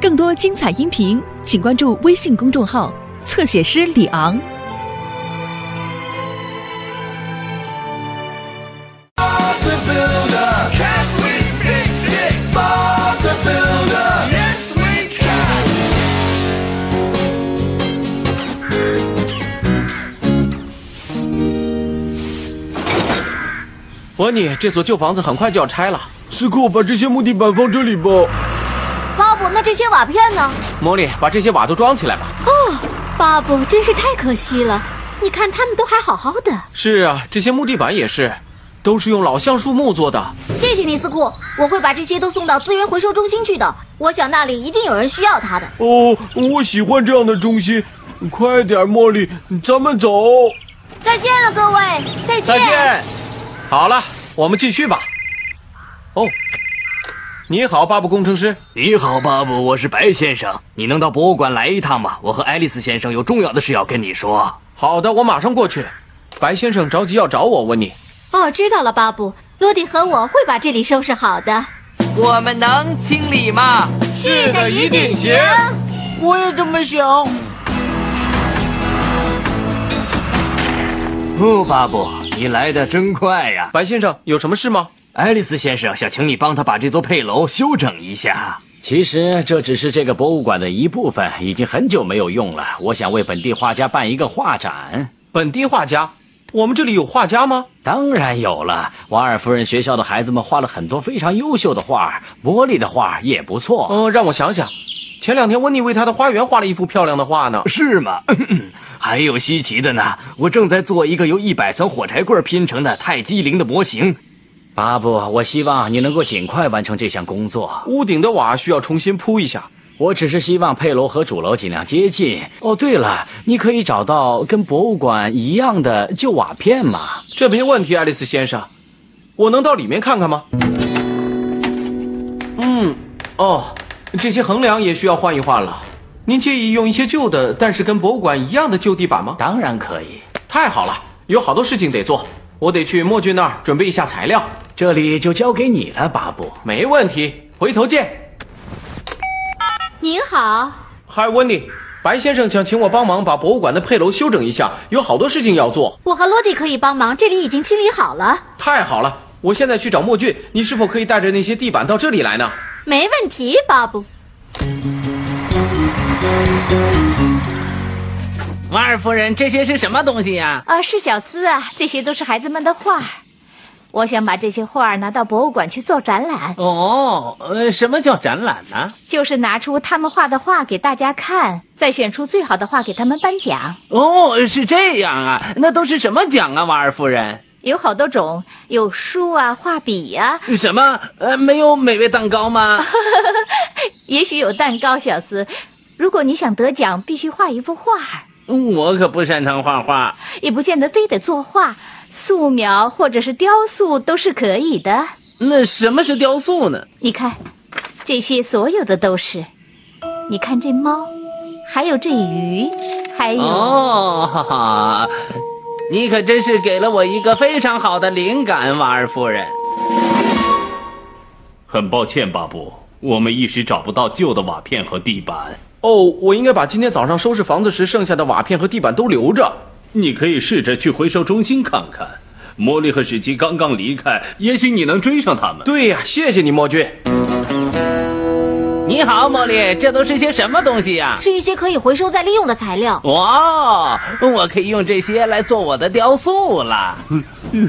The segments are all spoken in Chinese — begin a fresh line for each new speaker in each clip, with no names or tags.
更多精彩音频，请关注微信公众号“侧写师李昂”。
Bob the Builder. Can we fix it? Bob the Builder. Yes, we can.
伯尼，这所旧房子很快就要拆了。
司库，把这些木地板放这里吧。
巴布，那这些瓦片呢？
茉莉，把这些瓦都装起来吧。
巴布，哦真是太可惜了。你看，他们都还好好的。
是啊，这些木地板也是，都是用老橡树木做的。
谢谢你，斯库，我会把这些都送到资源回收中心去的。我想那里一定有人需要它的。
哦，我喜欢这样的中心。快点，茉莉，咱们走。
再见了，各位，再见。
再见。好了，我们继续吧。哦，你好，巴布工程师。
你好，巴布，我是白先生。你能到博物馆来一趟吗？我和爱丽丝先生有重要的事要跟你说。
好的，我马上过去。白先生着急要找我，问你。
哦，知道了，巴布，罗迪和我会把这里收拾好的。
我们能清理吗？
是的，一定行。
我也这么想。
哦，巴布，你来的真快呀！
白先生有什么事吗？
爱丽丝先生想请你帮他把这座配楼修整一下。
其实这只是这个博物馆的一部分，已经很久没有用了。我想为本地画家办一个画展。
本地画家，我们这里有画家吗？
当然有了，瓦尔夫人学校的孩子们画了很多非常优秀的画，玻璃的画也不错。
嗯，让我想想。前两天温妮为她的花园画了一幅漂亮的画呢。
是吗？ 还有稀奇的呢！我正在做一个由一百层火柴棍拼成的泰姬陵的模型。
巴布，我希望你能够尽快完成这项工作。
屋顶的瓦需要重新铺一下。
我只是希望配楼和主楼尽量接近。哦，对了，你可以找到跟博物馆一样的旧瓦片吗？
这没问题，爱丽丝先生，我能到里面看看吗？嗯，哦，这些横梁也需要换一换了。您介意用一些旧的，但是跟博物馆一样的旧地板吗？
当然可以。
太好了，有好多事情得做，我得去莫俊那儿准备一下材料。
这里就交给你了，巴布。
没问题，回头见。
您好，
嗨，温妮，白先生想请我帮忙把博物馆的配楼修整一下，有好多事情要做。
我和罗迪可以帮忙，这里已经清理好了，
太好了，我现在去找莫俊，你是否可以带着那些地板到这里来呢？
没问题，巴布。
瓦尔夫人，这些是什么东西呀、
啊，是小斯啊，这些都是孩子们的画儿。我想把这些画儿拿到博物馆去做展览，
哦，呃，什么叫展览呢、
就是拿出他们画的画给大家看，再选出最好的画给他们颁奖。
哦，是这样啊，那都是什么奖啊，瓦尔夫人？
有好多种，有书啊、画笔呀、
什么？呃，没有美味蛋糕 吗？
也许有蛋糕。小斯，如果你想得奖，必须画一幅画儿，
我可不擅长画画。
也不见得非得作画，素描或者是雕塑都是可以的。
那什么是雕塑呢？
你看，这些所有的都是。你看这猫，还有这鱼，还有、
哦，哈哈，你可真是给了我一个非常好的灵感，瓦尔夫人。
很抱歉，巴布，我们一时找不到旧的瓦片和地板。
哦，我应该把今天早上收拾房子时剩下的瓦片和地板都留着。
你可以试着去回收中心看看。茉莉和史基刚刚离开，也许你能追上他们。
对呀、谢谢你，莫俊。
你好，茉莉，这都是些什么东西呀、
是一些可以回收再利用的材料。
哇，我可以用这些来做我的雕塑了。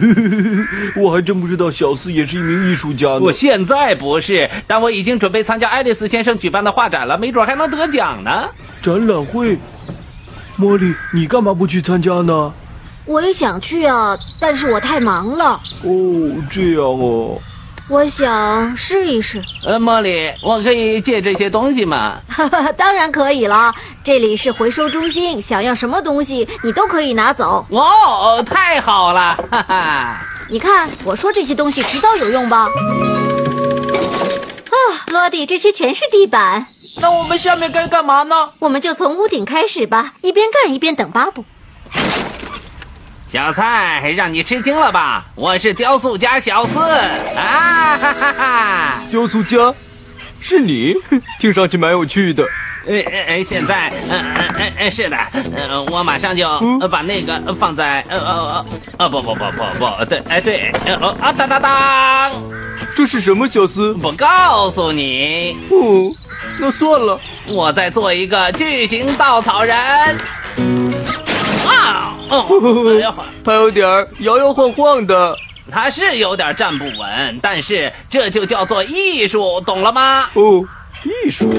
我还真不知道小斯也是一名艺术家
嗯
呢。
我现在不是，但我已经准备参加爱丽丝先生举办的画展了，没准还能得奖呢。
展览会，茉莉，你干嘛不去参加呢？
我也想去啊，但是我太忙了。
哦，这样哦。
我想试一试。
呃，茉莉，我可以借这些东西吗？
当然可以了，这里是回收中心，想要什么东西你都可以拿走。
哦，太好了， 哈哈。
你看，我说这些东西迟早有用吧。啊，罗迪，这些全是地板，
那我们下面该干嘛呢？
我们就从屋顶开始吧，一边干一边等巴布。
小蔡，让你吃惊了吧？我是雕塑家小四啊，哈哈哈！
雕塑家，是你， 听上去蛮有趣的。
哎哎哎，现在，呃呃哎哎，是的，呃，我马上就呃把那个放在，呃呃呃，啊不不不不不，对，哎对，呃哦啊当当当，
这是什么，小斯？
不告诉你。
哦，那算了。
我在做一个巨型稻草人。啊，
哦，哎呀，他有点摇摇晃晃的。
他是有点站不稳，但是这就叫做艺术，懂了吗？
哦，艺术。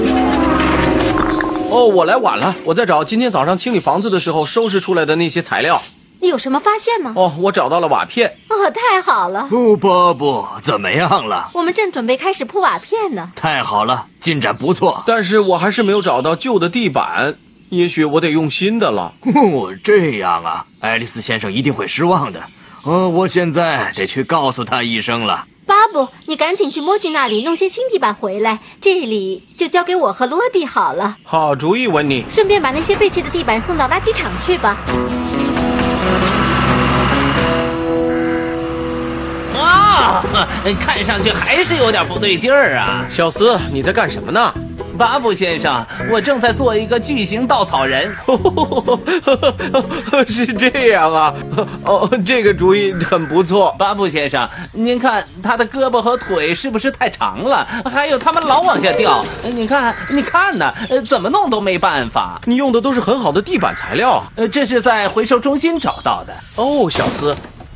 哦，我来晚了，我在找今天早上清理房子的时候收拾出来的那些材料。
你有什么发现吗？
哦，我找到了瓦片。
哦，太好了！
不不不，怎么样了？
我们正准备开始铺瓦片呢。
太好了，进展不错。
但是我还是没有找到旧的地板，也许我得用新的了。
哦，这样啊，爱丽丝先生一定会失望的。呃，我现在得去告诉他一声了。
巴布，你赶紧去摸去那里弄些新地板回来，这里就交给我和罗蒂好了。
好主意，温妮。
顺便把那些废弃的地板送到垃圾场去吧。
啊，看上去还是有点不对劲儿啊！
小斯，你在干什么呢？
巴布先生，我正在做一个巨型稻草人。
是这样啊，哦，这个主意很不错。
巴布先生，您看他的胳膊和腿是不是太长了？还有他们老往下掉，你看，你看呢，怎么弄都没办法。
你用的都是很好的地板材料，啊
呃，这是在回收中心找到的。
哦，小斯，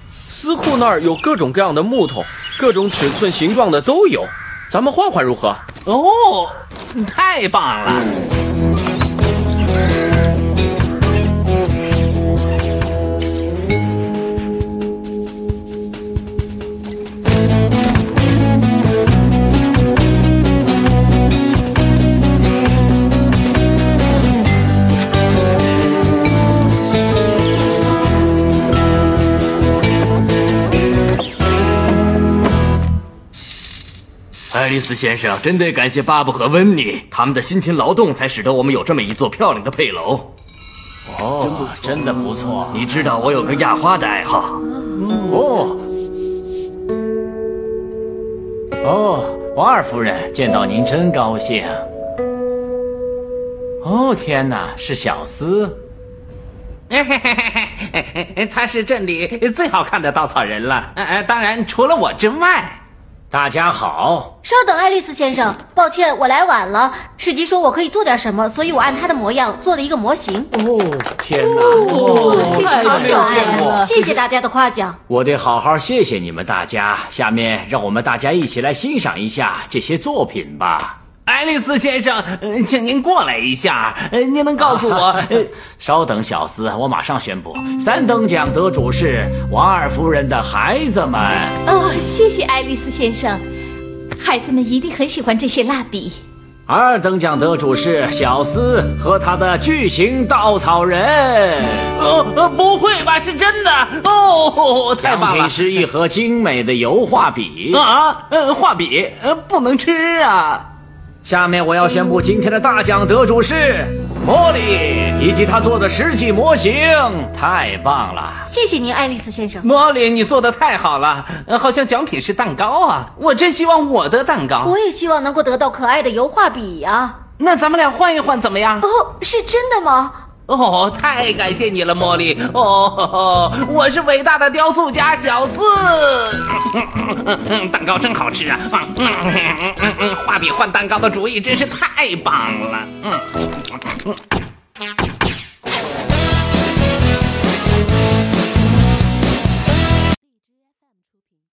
司库那儿有各种各样的木头，各种尺寸、形状的都有。咱们换换如何？
哦，太棒了！
爱丽丝先生，真得感谢巴布和温妮，他们的辛勤劳动才使得我们有这么一座漂亮的配楼。
哦，真的不错。
你知道我有个压花的爱好。
哦，哦，王二夫人，见到您真高兴。哦，天哪，是小斯。
嘿嘿嘿嘿嘿， 他是镇里最好看的稻草人了。呃呃，当然除了我之外。
大家好，
稍等，爱丽丝先生，抱歉，我来晚了。史迪说我可以做点什么，所以我按他的模样做了一个模型。
哦，天哪！哦，
太
没有见过。
谢谢大家的夸奖。
我得好好谢谢你们大家。下面让我们大家一起来欣赏一下这些作品吧。
爱丽丝先生，呃、请您过来一下。呃，您能告 诉我？呃，
稍等，小斯，我马上宣布，三等奖得主是王二夫人的孩子们。
哦，谢谢爱丽丝先生。孩子们一定很喜欢这些蜡笔。
二等奖得主是小斯和他的巨型稻草人。
哦，不会吧，是真的哦！太棒
奖
了！
品是一盒精美的油画笔。
啊，呃，画笔，呃，不能吃啊。
下面我要宣布今天的大奖得主是茉莉，以及她做的实际模型，太棒了！
谢谢您，爱丽丝先生。
茉莉，你做的太好了，好像奖品是蛋糕啊！我真希望我的蛋糕。
我也希望能够得到可爱的油画笔呀、啊。
那咱们俩换一换怎么样？
哦，是真的吗？
哦，太感谢你了，茉莉。哦，哦我是伟大的雕塑家小四。蛋糕真好吃啊！画笔换蛋糕的主意真是太棒了。嗯。